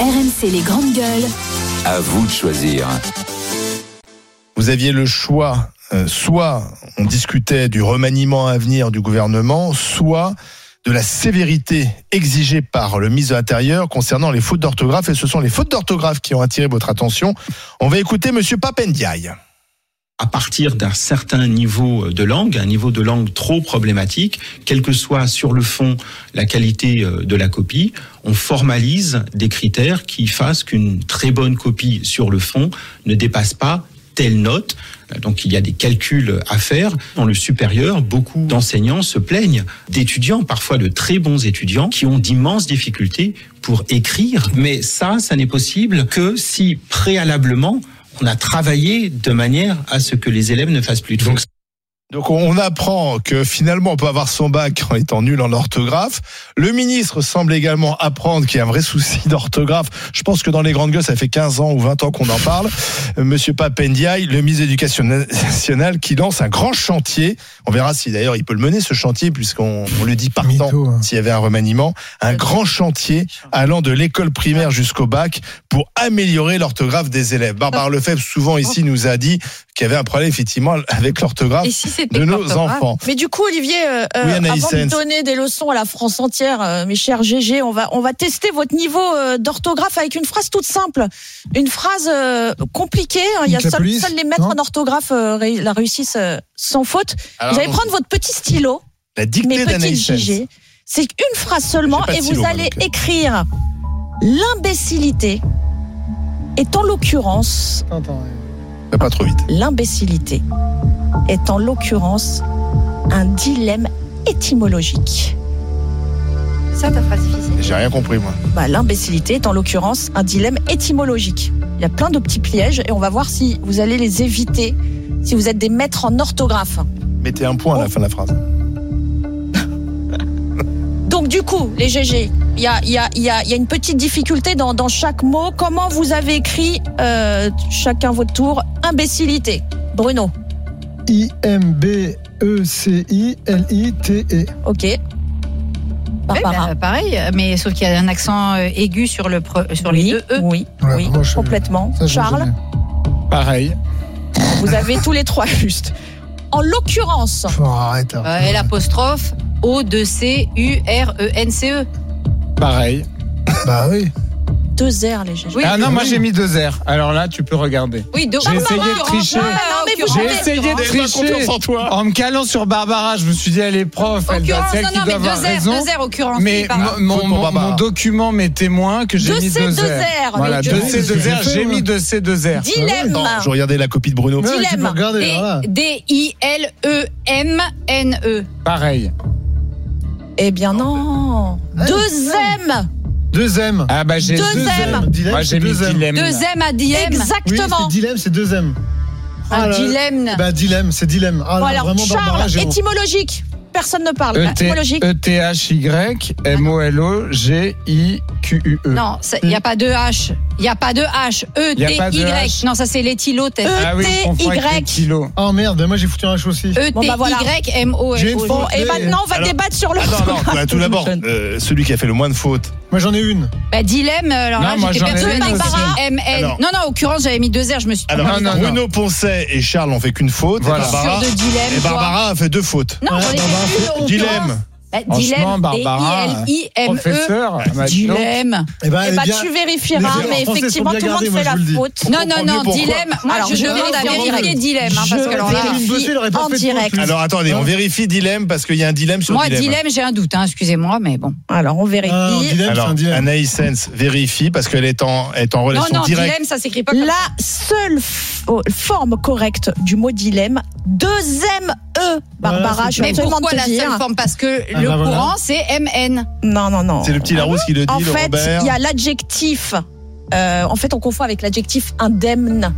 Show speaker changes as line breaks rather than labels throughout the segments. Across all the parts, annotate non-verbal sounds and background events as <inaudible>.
RMC les grandes gueules.
À vous de choisir.
Vous aviez le choix, euh, soit on discutait du remaniement à venir du gouvernement, soit de la sévérité exigée par le ministre de l'Intérieur concernant les fautes d'orthographe. Et ce sont les fautes d'orthographe qui ont attiré votre attention. On va écouter Monsieur Papendiaï.
à partir d'un certain niveau de langue, un niveau de langue trop problématique, quelle que soit sur le fond la qualité euh, de la copie, on formalise des critères qui fassent qu'une très bonne copie sur le fond ne dépasse pas telle note. Euh, Donc il y a des calculs à faire. Dans le supérieur, beaucoup d'enseignants se plaignent d'étudiants, parfois de très bons étudiants, qui ont d'immenses difficultés pour écrire. Mais ça, ça n'est possible que si préalablement on a travaillé de manière à ce que les élèves ne fassent plus de fautes.
Donc on- on apprend que finalement on peut avoir son bac en étant nul en orthographe. Le ministre semble également apprendre qu'il y a un vrai souci d'orthographe. Je pense que dans les grandes gueules, ça fait 15 ans ou 20 ans qu'on en parle. Euh, Monsieur Papendiaï, le ministre de l'Éducation nationale, qui lance un grand chantier. On verra si d'ailleurs il peut le mener ce chantier, puisqu'on on le dit partant
Mytho, hein.
s'il y avait un remaniement. Un grand chantier allant de l'école primaire jusqu'au bac pour améliorer l'orthographe des élèves. Barbara Lefebvre, souvent ici, nous a dit qu'il y avait un problème effectivement avec l'orthographe
Et si c'était
de nos
orthographe
enfants.
Mais du coup, Olivier, euh,
Oui,
euh,
Anaïs
avant de
Sens.
donner des leçons à la France entière, euh, mes chers GG, on va, on va tester votre niveau euh, d'orthographe avec une phrase toute simple. Une phrase euh, compliquée. hein, Il y a
Nique la
seuls
police,
seuls les maîtres
non
en orthographe euh, ré- la réussissent euh, sans faute.
Alors,
vous allez prendre votre petit stylo,
la dictée
mes petites
d'Anaïs Sens.
GG. C'est une phrase seulement
J'ai pas de
et
stylo,
vous
moi,
allez
donc, euh.
écrire l'imbécilité est en l'occurrence
Attends, ouais.
Fais Euh, Pas trop vite.
L'imbécilité est en l'occurrence un dilemme étymologique.
Ça, ta phrase difficile.
J'ai rien compris, moi.
Bah, L'imbécilité est en l'occurrence un dilemme étymologique. Il y a plein de petits pièges et on va voir si vous allez les éviter si vous êtes des maîtres en orthographe.
Mettez un point à la fin de la phrase.
Donc du coup, les GG, il y a, il y a- il y a- il y a une petite difficulté dans, dans chaque mot. Comment vous avez écrit, euh, chacun votre tour, imbécilité Bruno,
euh, E
I-M-B-E-C-I-L-I-T-E.
ok. Barbara.
Bah, pareil, mais sauf qu'il y a un accent euh, aigu sur, le pre- sur les
oui,
deux E.
oui,
Ouais,
oui,
moi, je-
complètement.
Ça, je
Charles
vois jamais.
Pareil.
Vous avez tous les trois juste. En l'occurrence,
Faut arrêter.
hein.
Euh, L apostrophe E, O-D-C-U-R-E-N-C-E.
Pareil.
Bah oui.
deux airs les GG.
Oui,
Ah non, moi
oui.
j'ai mis deux R. Alors là, tu peux regarder.
oui, donc-
J'ai essayé de tricher.
Ah, bah non, mais vous
J'ai
savez,
essayé de tricher. En me calant sur Barbara, je me suis dit, elle est prof, elle doit
Occurrence,
celle
non,
qui
non,
doit
mais
avoir
deux airs,
raison.
deux airs, occurrence. oui,
Mais
pardon.
mon- mon,
Faute pour
mon-
Barbara.
mon document m'est témoin que j'ai
Deux
mis
C,
deux
deux
R.
R,
Voilà,
mais
deux
Dieu
C,
sait.
deux R. J'ai
Ouais.
mis deux C, deux R.
Dilemme.
Ah, Non, je regardais la copie de Bruno.
Bah Ouais, tu
Dilemme.
peux regarder,
D- E,
voilà.
D-I-L-E-M-N-E.
Pareil.
Eh bien non. Deux M.
Deux M.
Ah bah j'ai
Deux
deux
M.
M.
Dilemme,
Moi j'ai
c'est
mis
deux M.
dilemme.
Deux M à D-M.
Oui,
Exactement.
c'est dilemme, c'est deux M.
Un
Ah là là.
dilemme.
Bah dilemme, c'est dilemme. Ah,
Bon,
là,
alors,
vraiment, Barbara,
Charles,
j'ai honte.
étymologique. Personne ne parle.
E
E
étymologique.
E-T-H-Y-M-O-L-O-G-I-Q-U-E.
Non, il n'y a pas de H. Il n'y a pas de H.
Y a pas de
E-T-Y.
H.
Non, ça c'est l'éthylotest.
E.
Ah oui, je confonds
E
avec les
E-T-Y.
kilos.
Oh merde, moi j'ai foutu un H aussi.
Bon, bah, voilà.
E-T-Y-M-O-L-O.
J'ai une faute.
Bon, et maintenant, on va
Alors-
débattre sur le. Eh
Attends,
<laughs>
non, bah, tout d'abord, euh, celui qui a fait le moins de fautes.
Moi j'en ai une.
Bah, dilemme, alors
Non,
là,
moi,
j'étais
j'en ai
persuadée
mis
que
aussi.
c'était M-N.
Alors-
Non, non, occurrence, j'avais mis deux R, je me suis
Alors,
Non, non,
Bruno Poncet et Charles ont fait qu'une faute.
Voilà.
Et
sûre
Barbara,
de dilemme.
et
toi.
Barbara a fait deux fautes.
Non, j'en ai fait une, occurrence.
Dilemme.
Bah,
Franchement,
dilemme,
Barbara,
D-I-L-I-M-E.
Professeur, bah, dis donc.
E Dilemme.
Eh ben,
Eh
elle
bah,
est bien.
tu
les
vérifieras,
Français
mais
sont bien
effectivement, tout le monde
gardés, moi,
fait
je
la
vous le dis.
faute.
Non, non,
comprend mieux
non,
pourquoi.
dilemme. Moi,
Alors,
je,
je
demande à
vérifie en
vérifier
direct.
dilemme, hein, parce
Je
que alors là,
vérifie.
Kevin Bossuet, il aurait pas
en
fait de faute,
direct.
lui.
Alors attendez,
Hein
on vérifie dilemme parce qu'il y a un dilemme sur
moi,
dilemme.
dilemme, j'ai un doute, hein, excusez-moi, mais bon.
Alors, on
Ah, non,
vérifie.
dilemme, c'est
Alors,
un dilemme.
Anaïs Sens vérifie parce qu'elle est en, est en
Non,
relation
non,
directe.
dilemme, ça s'écrit pas comme
La seule f- oh, forme correcte du mot dilemme, deuxième E, Barbara,
Voilà,
je
c'est
vais
Mais
absolument
pourquoi
te
la
dire.
seule forme Parce que
Ah,
le
bah, voilà.
courant, c'est MN.
Non, non, non.
C'est le petit Larousse qui le dit,
En
le
fait,
Robert.
il y a l'adjectif. euh, en fait, on confond avec l'adjectif indemne.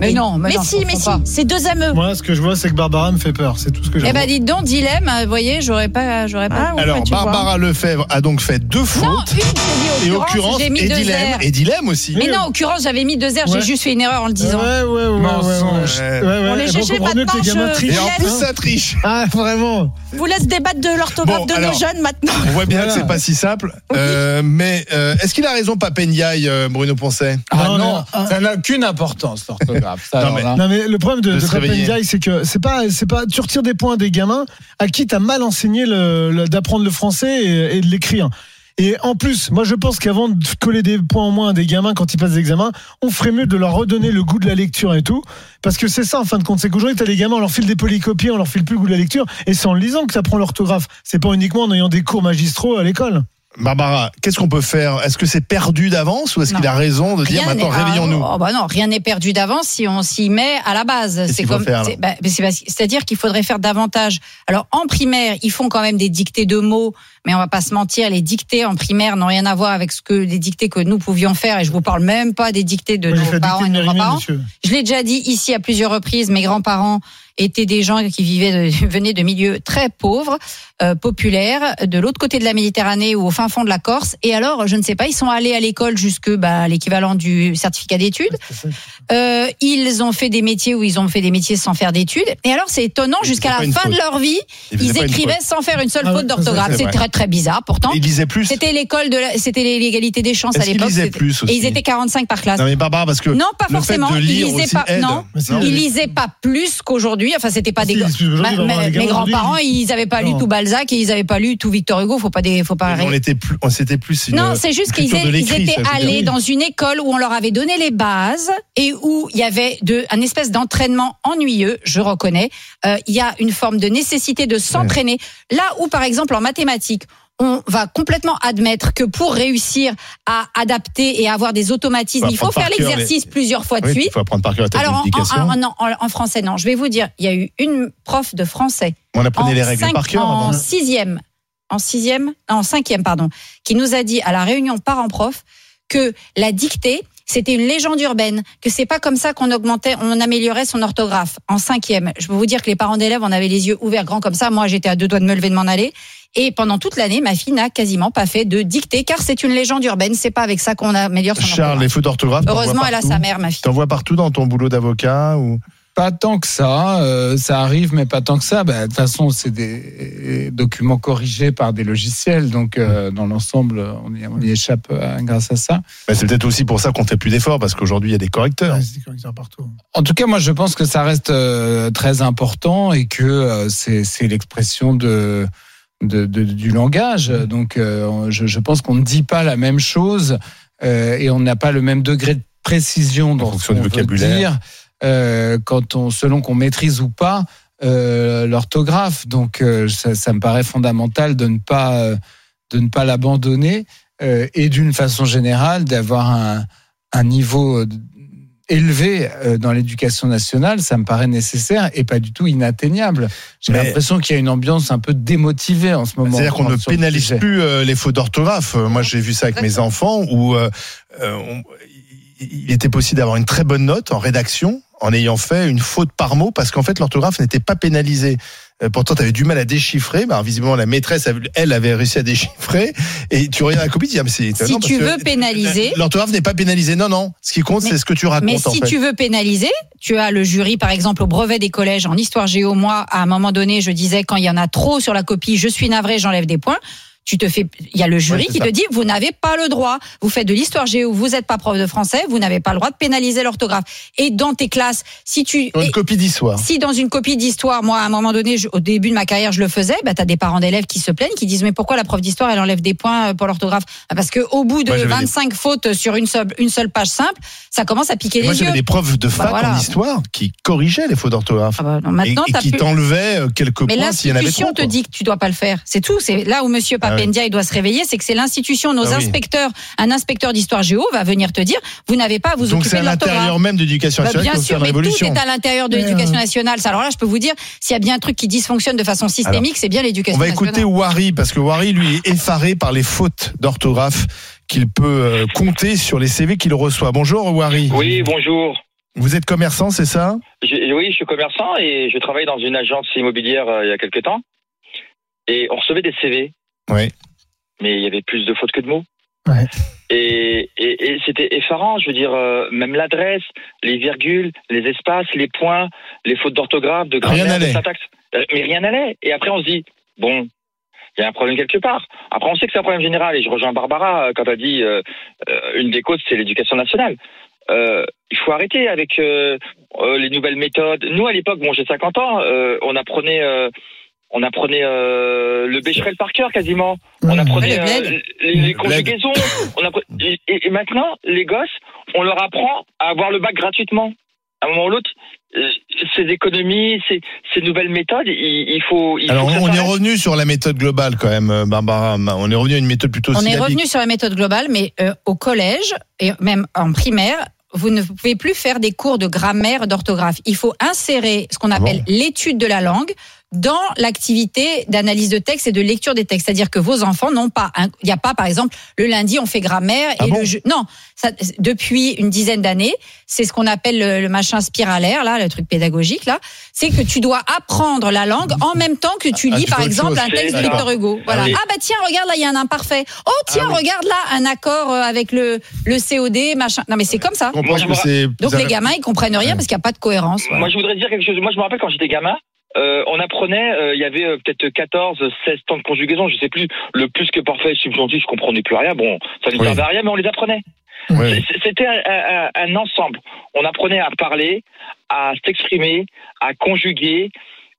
Mais, non, mais,
Mais
non, je
si, mais si,
comprends pas.
c'est E. deux ME.
Moi, ce que je vois, c'est que Barbara me fait peur. C'est tout ce que j'ai.
Eh ben, dites donc, dilemme, vous voyez, j'aurais pas, j'aurais pas.
Ah
en fait,
Alors,
tu vois.
Barbara Lefebvre a donc fait deux
Non,
fautes.
une, j'ai
Ah, et
dit
occurrence,
occurrence, j'ai
et
mis deux
dilemme.
airs.
Et dilemme aussi.
Mais non, occurrence, j'avais mis deux airs,
Ouais.
j'ai juste fait une erreur en le disant.
Ouais, ouais, ouais.
Mensonge.
ouais, ouais. Ouais, ouais.
On les
Et
GG
on comprend mieux que les
maintenant,
gamins
je-
trichent.
Et en
Dilemme.
hein.
plus, ça triche.
Ah, vraiment.
Je vous laisse débattre de l'orthographe
Bon,
de
alors.
nos jeunes maintenant.
On voit bien
Voilà.
que c'est pas si simple. Euh, mais euh, est-ce qu'il a raison, Papenyaï, Bruno Poncet
Ah
Non,
non,
mais- ah.
ça n'a aucune importance, l'orthographe. ça,
Non,
alors hein.
mais-
là.
Non mais le problème de,
Hein De
de,
se
Papa
réveiller.
Ndiaye, c'est que c'est pas c'est pas tu retires des points à des gamins à qui t'as mal enseigné le, le- d'apprendre le français et, et de l'écrire. Et en plus, moi je pense qu'avant de coller des points en moins à des gamins quand ils passent des examens, on ferait mieux de leur redonner le goût de la lecture et tout, parce que c'est ça en fin de compte, c'est qu'aujourd'hui t'as les gamins, on leur file des polycopies, on leur file plus le goût de la lecture, et c'est en lisant que t'apprends l'orthographe. C'est pas uniquement en ayant des cours magistraux à l'école.
Barbara, qu'est-ce qu'on peut faire Est-ce que c'est perdu d'avance ou est-ce
Non.
qu'il a raison de dire
Rien
maintenant
n'est- ah,
réveillons-nous
oh, bah non, rien n'est perdu d'avance si on s'y met à la base.
Qu'est-ce qu'il faut faire, là
c'est- bah, mais c'est parce- c'est-à-dire qu'il faudrait faire davantage. Alors en primaire, ils font quand même des dictées de mots, mais on va pas se mentir, les dictées en primaire n'ont rien à voir avec ce que les dictées que nous pouvions faire. Et je vous parle même pas des dictées de
Moi, j'ai
nos
fait
parents
dicter
et
de
de nos
Mérimée,
grands-parents.
monsieur.
Je l'ai déjà dit ici à plusieurs reprises, mes grands-parents étaient des gens qui vivaient de- <laughs> venaient de milieux très pauvres, euh, populaires, de l'autre côté de la Méditerranée ou au fin fond de la Corse. Et alors, je ne sais pas, ils sont allés à l'école jusque bah, l'équivalent du certificat d'études. Euh, ils ont fait des métiers où ils ont fait des métiers sans faire d'études. Et alors, c'est étonnant,
Ils
jusqu'à
faisaient pas
la
une
fin de
faute.
leur vie,
Ils faisaient
ils
pas une
écrivaient sans faire une seule
Ah ouais,
faute d'orthographe.
ça, c'est
C'est
vrai.
très très bizarre. Pourtant,
Il disait plus
c'était l'école de, la- c'était l'égalité des chances à
Est-ce qu'ils
l'époque.
lisaient
C'était-
plus aussi
Et ils étaient 45 par classe.
Non mais Barbara, parce que
Non, pas
le fait
forcément.
de lire
ils lisaient
aussi
pas.
aide. Ah
Non,
Mais si,
ils
mais-
lisaient pas plus qu'aujourd'hui. Enfin, c'était pas
Si,
des.
ils lisent plus qu'aujourd'hui,
Ma-
vraiment,
ma-
les gamins
mes grands-parents,
aujourd'hui,
ils avaient pas lu
Non.
tout Balzac et ils avaient pas lu tout Victor Hugo. Faut pas des, faut pas.
on était plus, on s'était plus. une-
Non, c'est juste
une
qu'ils
culture euh, de
aient- ils
l'écrit, ça
étaient
veut dire.
allés dans une école où on leur avait donné les bases et où il y avait de, un espèce d'entraînement ennuyeux, je reconnais. Euh, il y a une forme de nécessité de s'entraîner. Là où, par exemple, en mathématiques, on va complètement admettre que pour réussir à adapter et avoir des automatismes,
Faut
il faut
apprendre Bah,
faire
par cœur les-
l'exercice plusieurs fois de
Oui,
suite.
il faut apprendre par cœur la table
Alors, en,
d'application.
en- en- en- en français, non. Je vais vous dire, il y a eu une prof de français
On apprenait
en
les règles
cinq-
par cœur.
en
avant.
sixième, en sixième, non, en cinquième, pardon, qui nous a dit à la réunion parents-prof que la dictée, c'était une légende urbaine, que c'est pas comme ça qu'on augmentait, on améliorait son orthographe. En cinquième, je peux vous dire que les parents d'élèves, on avait les yeux ouverts grands comme ça. Moi, j'étais à deux doigts de me lever de m'en aller. Et pendant toute l'année, ma fille n'a quasiment pas fait de dictée, car c'est une légende urbaine. C'est pas avec ça qu'on améliore son
Charles, les
orthographe.
fautes d'orthographe. t'en vois
Heureusement, elle a
partout.
sa mère, ma fille.
T'en vois partout dans ton boulot d'avocat ou
Pas tant que ça, euh, ça arrive, mais pas tant que ça. Bah, De toute façon, c'est des euh, documents corrigés par des logiciels, donc euh, dans l'ensemble, on y, on y échappe euh, grâce à ça.
Bah, c'est peut-être aussi pour ça qu'on fait plus d'efforts parce qu'aujourd'hui il y a des correcteurs.
Ouais, c'est des correcteurs partout.
En tout cas, moi, je pense que ça reste euh, très important et que euh, c'est c'est l'expression de, de- de- du langage. Donc, euh, je, je pense qu'on ne dit pas la même chose euh, et on n'a pas le même degré de précision dans ce
fonction du
qu'on veut
vocabulaire.
dire, euh, quand on, selon qu'on maîtrise ou pas euh, l'orthographe. Donc, euh, ça, ça me paraît fondamental de ne pas euh, de ne pas l'abandonner euh, et d'une façon générale d'avoir un, un niveau euh, élevé euh, dans l'éducation nationale, ça me paraît nécessaire et pas du tout inatteignable. J'ai
Mais-
l'impression qu'il y a une ambiance un peu démotivée en ce moment.
C'est-à-dire qu'on ne
sur le
pénalise
sujet.
plus euh, les fautes d'orthographe. Euh, Moi, j'ai vu ça avec mes enfants où euh, euh, on- il était possible d'avoir une très bonne note en rédaction en ayant fait une faute par mot parce qu'en fait l'orthographe n'était pas pénalisée. Euh, Pourtant, tu avais du mal à déchiffrer. Bah, visiblement, la maîtresse, elle, elle avait réussi à déchiffrer. Et tu regardes la copie, tu dis, ah, mais c'est étonnant
Si
parce
tu
que
veux pénaliser,
L'orthographe n'est pas pénalisée. Non, non. Ce qui compte,
Mais-
c'est ce que tu racontes,
Mais si
en fait.
tu veux pénaliser, tu as le jury, par exemple, au brevet des collèges en histoire géo. Moi, à un moment donné, je disais quand il y en a trop sur la copie, je suis navré, j'enlève des points. Tu te fais, il y a le jury
Ouais, c'est
qui
ça.
te dit, vous n'avez pas le droit. Vous faites de l'histoire géo, vous n'êtes pas prof de français, vous n'avez pas le droit de pénaliser l'orthographe. Et dans tes classes, si tu,
Sur
et-
une copie d'histoire.
si dans une copie d'histoire, moi, à un moment donné, je- au début de ma carrière, je le faisais, bah, t'as des parents d'élèves qui se plaignent, qui disent, mais pourquoi la prof d'histoire, elle enlève des points euh, pour l'orthographe? Ah, Parce que, au bout de
Moi, j'avais des-
25 fautes sur une seule, une seule page simple, ça commence à piquer
Et Moi,
les yeux.
j'avais des profs de fac
voilà.
en histoire qui corrigeaient les fautes d'orthographe.
Ah bah, non,
et,
maintenant,
et
t'as
qui
plus-
t'enlevaient euh, quelques
Mais
points s'il y en avait trop.
l'institution te
quoi.
dit que tu dois pas le faire. C'est tout. C'est là où Monsieur
Ah oui.
Papendia il doit se réveiller, c'est que c'est l'institution, nos
Ah oui.
inspecteurs, un inspecteur d'histoire géo va venir te dire, vous n'avez pas à vous
Donc c'est
occuper
à
de l'orthographe.
l'intérieur même de l'éducation
Bah,
nationale
bien
qu'on fait
sûr,
la
mais tout
révolution.
est à l'intérieur de
Mais,
l'éducation
euh,
nationale. Alors là, je peux vous dire, s'il y a bien un truc qui dysfonctionne de façon systémique, c'est bien
On
l'éducation
va
nationale.
écouter Wari parce que Wari lui est effaré par les fautes d'orthographe qu'il peut euh, compter sur les CV qu'il reçoit. Bonjour Wari.
Oui, bonjour.
Vous êtes commerçant, c'est ça
Je- oui, je suis commerçant et je travaille dans une agence immobilière euh, il y a quelques temps. Et on recevait des CV.
Oui.
Mais il y avait plus de fautes que de mots.
Ouais.
Et, et- et c'était effarant, je veux dire, euh, même l'adresse, les virgules, les espaces, les points, les fautes d'orthographe, de
Rien
grammaire, de
n'allait.
syntaxe. Euh, Mais rien n'allait. Et après, on se dit, bon, il y a un problème quelque part. Après, on sait que c'est un problème général. Et je rejoins Barbara euh, quand elle dit, euh, euh, une des causes, c'est l'éducation nationale. Euh, il faut arrêter avec euh, euh, les nouvelles méthodes. Nous, à l'époque, bon, j'ai 50 ans, euh, on apprenait, euh, on apprenait euh, le Becherel par cœur quasiment. On apprenait
Ouais, le
euh, les, les conjugaisons. on appre- et, et- et maintenant, les gosses, on leur apprend à avoir le bac gratuitement. À un moment ou l'autre, euh, ces économies, ces, ces nouvelles méthodes, il, il faut. Il
Alors,
faut que ça
on est
s'arrête.
revenu sur la méthode globale quand même, euh, Barbara. On est revenu à une méthode plutôt
On est
syllabique.
revenu sur la méthode globale, mais euh, au collège et même en primaire, vous ne pouvez plus faire des cours de grammaire, d'orthographe. Il faut insérer ce qu'on
Ah bon
appelle l'étude de la langue dans l'activité d'analyse de texte et de lecture des textes. C'est-à-dire que vos enfants n'ont pas, un- il n'y a pas, par exemple, le lundi on fait grammaire et
Ah bon
le jeu. Non, ça, depuis une dizaine d'années, c'est ce qu'on appelle le, le machin spiralaire, là, le truc pédagogique, là. C'est que tu dois apprendre la langue en même temps que tu
Ah,
lis,
tu
par
fais autre
exemple,
chose.
un texte de
D'accord.
Victor Hugo. Voilà. Ah,
oui.
bah tiens, regarde là, il y a un imparfait. Oh tiens, regarde là, un accord euh, avec le, le COD, machin. Non, mais c'est comme ça.
On pense
Moi,
que
je-
c'est.
Donc les gamins, ils comprennent rien
Ouais.
parce qu'il n'y a pas de cohérence. voilà.
Moi, je voudrais dire quelque chose. Moi, je me rappelle quand j'étais gamin, euh, on apprenait, euh, il y avait euh, peut-être 14, 16 temps de conjugaison, je sais plus, le plus que parfait, subjonctif, je comprenais plus rien. Bon, ça ne
Oui.
servait à rien, mais on les apprenait.
Ouais.
C- C'était un, un- un ensemble. On apprenait à parler, à s'exprimer, à conjuguer,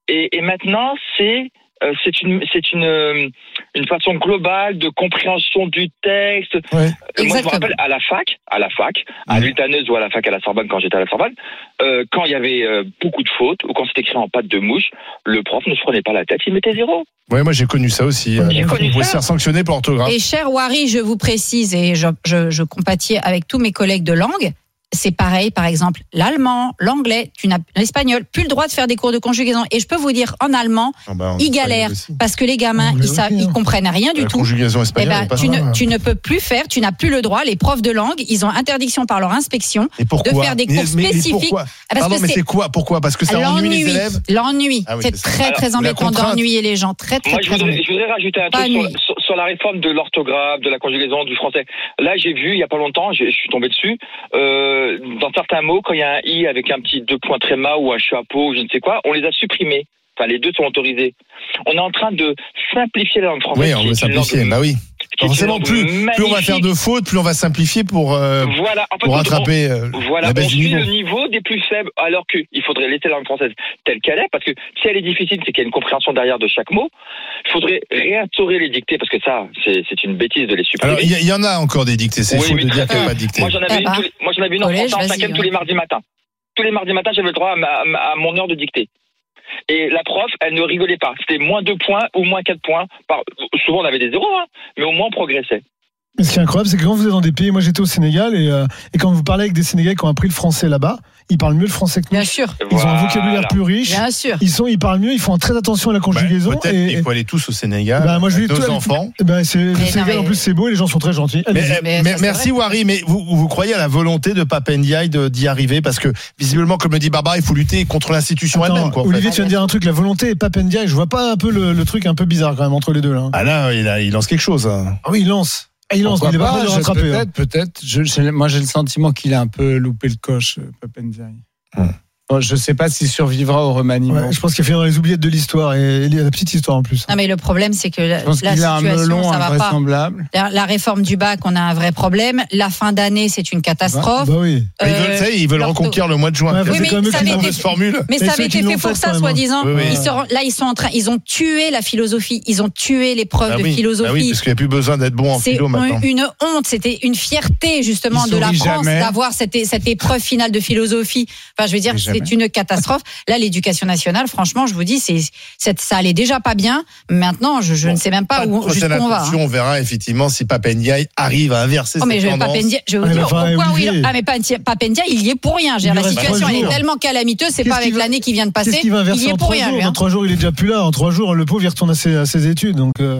et, et maintenant c'est euh, c'est une c'est une euh, une façon globale de compréhension du texte.
Ouais.
Euh, Moi, je me
Exactement.
rappelle à la fac, à la fac, à
Mhm.
l'Ultaneuse ou à la fac à la Sorbonne quand j'étais à la Sorbonne, euh, quand il y avait euh, beaucoup de fautes ou quand c'était écrit en patte de mouche, le prof ne se prenait pas la tête, il mettait zéro.
Ouais, moi j'ai connu ça aussi. Euh,
J'ai connu
on pouvait
ça.
se faire sanctionner pour orthographe.
Et cher Wari, je vous précise, et je, je, je compatis avec tous mes collègues de langue, c'est pareil, par exemple, l'allemand, l'anglais, tu n'as l'espagnol, plus le droit de faire des cours de conjugaison. Et je peux vous dire, en allemand,
Ah bah, on-
ils galèrent
aussi.
parce que les gamins,
Anglais
ils, savent,
aussi,
ils
hein.
comprennent rien du
La
tout.
conjugaison
Eh
espagnole.
ben,
est pas
tu,
mal. hein.
ne, tu ne peux plus faire, tu n'as plus le droit. Les profs de langue, ils ont interdiction par leur inspection
Et pourquoi
faire des cours spécifiques.
pourquoi
Ah, parce
Pardon,
que
mais
c'est
c'est quoi Pourquoi Parce que ça ennuie les
l'ennui.
élèves.
L'ennui,
Ah oui,
c'est
c'est ça.
très
Alors,
très
la
embêtant
contrainte.
d'ennuyer les gens, très très
Moi, je
très
voudrais,
embêtant.
je voudrais rajouter un
Pas
truc sur,
nul.
sur- sur la réforme de l'orthographe, de la conjugaison, du français. Là, j'ai vu il y a pas longtemps, j'ai- je suis tombé dessus. Euh, dans certains mots, quand il y a un i avec un petit deux points tréma ou un chapeau, ou je ne sais quoi, on les a supprimés. Enfin, les deux sont autorisés. On est en train de simplifier la langue française.
Oui, on
qui
veut
est une
simplifier.
langue-
Bah oui.
qui est une
Forcément,
langue
plus, plus on va faire
magnifique.
de fautes, plus on va simplifier pour, euh,
Voilà, en fait,
pour
on-
rattraper. euh,
Voilà,
La baisse
on
du
suit
niveau.
le niveau des plus faibles, alors qu'il faudrait laisser la langue française telle qu'elle est, parce que si elle est difficile, c'est qu'il y a une compréhension derrière de chaque mot. Il faudrait réinstaurer les dictées, parce que ça, c'est c'est une bêtise de les supprimer.
Alors, il y, il y en a encore des dictées. C'est
Oui,
faux
mais
de dire qu'il
très
n'y a
peu.
pas de dictées.
moi, j'en avais,
Ah
une
bah.
tous les- moi, j'en avais une en
Collège,
français en
vas-y,
cinquième
hein.
tous les mardis matins. Tous les mardis matins, j'avais le droit à, ma- à ma- à mon heure de dictée. Et la prof, elle ne rigolait pas. C'était moins 2 points ou moins 4 points. Par... Souvent, on avait des zéros, hein, mais au moins, on progressait.
Mais ce qui est incroyable, c'est que quand vous êtes dans des pays, moi j'étais au Sénégal et, euh, et quand vous parlez avec des Sénégalais qui ont appris le français là-bas, ils parlent mieux le français que nous.
Bien sûr,
Ils ont un vocabulaire plus riche.
bien sûr.
Ils sont, ils parlent mieux. Ils font très attention à la
Bah,
conjugaison.
Peut-être
et,
qu'il faut aller tous au Sénégal.
Bah, moi, je
avec
vais tout
nos
aller-
enfants.
et ben, c'est- le
Mais non,
Sénégal, en
mais-
plus c'est beau et les gens sont très gentils.
Mais,
Allez-y.
mais
mais-
ça, c'est
merci Wari, mais vous, vous croyez à la volonté de Pape Ndiaye de- d'y arriver parce que visiblement, comme le dit Barbara, il faut lutter contre l'institution
Attends,
elle-même. quoi, en fait.
Olivier, tu viens de dire un truc, la volonté et Papendia, et je vois pas un peu le, le truc un peu bizarre quand même entre les deux là. hein.
Ah là, il, a- il lance quelque chose. hein.
Ah oui, il lance. Ah, il lance,
Pourquoi
mais il est pas
pas,
prêt de le
je-
rattraper. hein.
Peut-être, peut-être. Je- je- Moi, j'ai le sentiment qu'il a un peu loupé le coche, euh, Papendiaï.
Hmm.
Hum.
Bon, je ne sais pas s'il survivra au remaniement.
Ouais, je pense qu'il fait dans les oubliettes de l'histoire et, et la petite histoire en plus.
Non mais le problème c'est que la,
je pense
la
qu'il a un melon
situation ça va pas.
invraisemblable.
La, la réforme du bac, on a un vrai problème. La fin d'année, c'est une catastrophe.
Bah oui.
Ils
Euh,
veulent, ça y est, ils veulent
l'ortho-
reconquérir le mois de juin.
Ouais,
C'est
parce
Oui,
que
mais
quand même,
ça Bah
c'est
avait
une
été-
fameuse formule.
Mais
Mais
ça
ceux
avait
qui
été
l'ont
fait
fait,
pour
quand
ça,
même.
soi-disant.
Oui, oui.
Ils se rend- là, ils sont en train, ils ont tué la philosophie. Ils ont tué les preuves
Ah
de
oui,
philosophie.
ah oui, parce qu'il n'y a plus besoin d'être bon en
C'est
philo maintenant.
une une honte, c'était une fierté justement
Ils
de la
sourient
France
jamais.
d'avoir cette, é- cette épreuve finale de philosophie. Enfin, je veux dire,
Et jamais.
c'est une catastrophe. Là, l'éducation nationale, franchement, je vous dis, c'est, c'est- ça allait déjà pas bien. Maintenant, je, je ne sais même pas
de
où,
prochaine
jusqu'où on va.
attention,
hein.
on verra effectivement si Pape Ndiaye arrive à inverser
Oh, mais
cette
je vais pas
tendance.
Pendia, je vais
Ouais,
vous dire,
mais enfin,
au point où
Olivier.
il, ah, mais Papendia- Papendia, il y est pour rien. Je veux dire,
Il
la
reste
situation,
trois
elle est
jours.
tellement calamiteuse, c'est
Qu'est-ce
pas
qu'il
avec
va-
l'année qui vient de
Qu'est-ce
passer.
qu'il va
Il
inverser
y est
en
pour
trois
rien,
jours
lui.
Dans
hein.
trois jours, il est déjà plus là. En trois jours, le pauvre, il retourne à ses, à ses études. Donc, euh,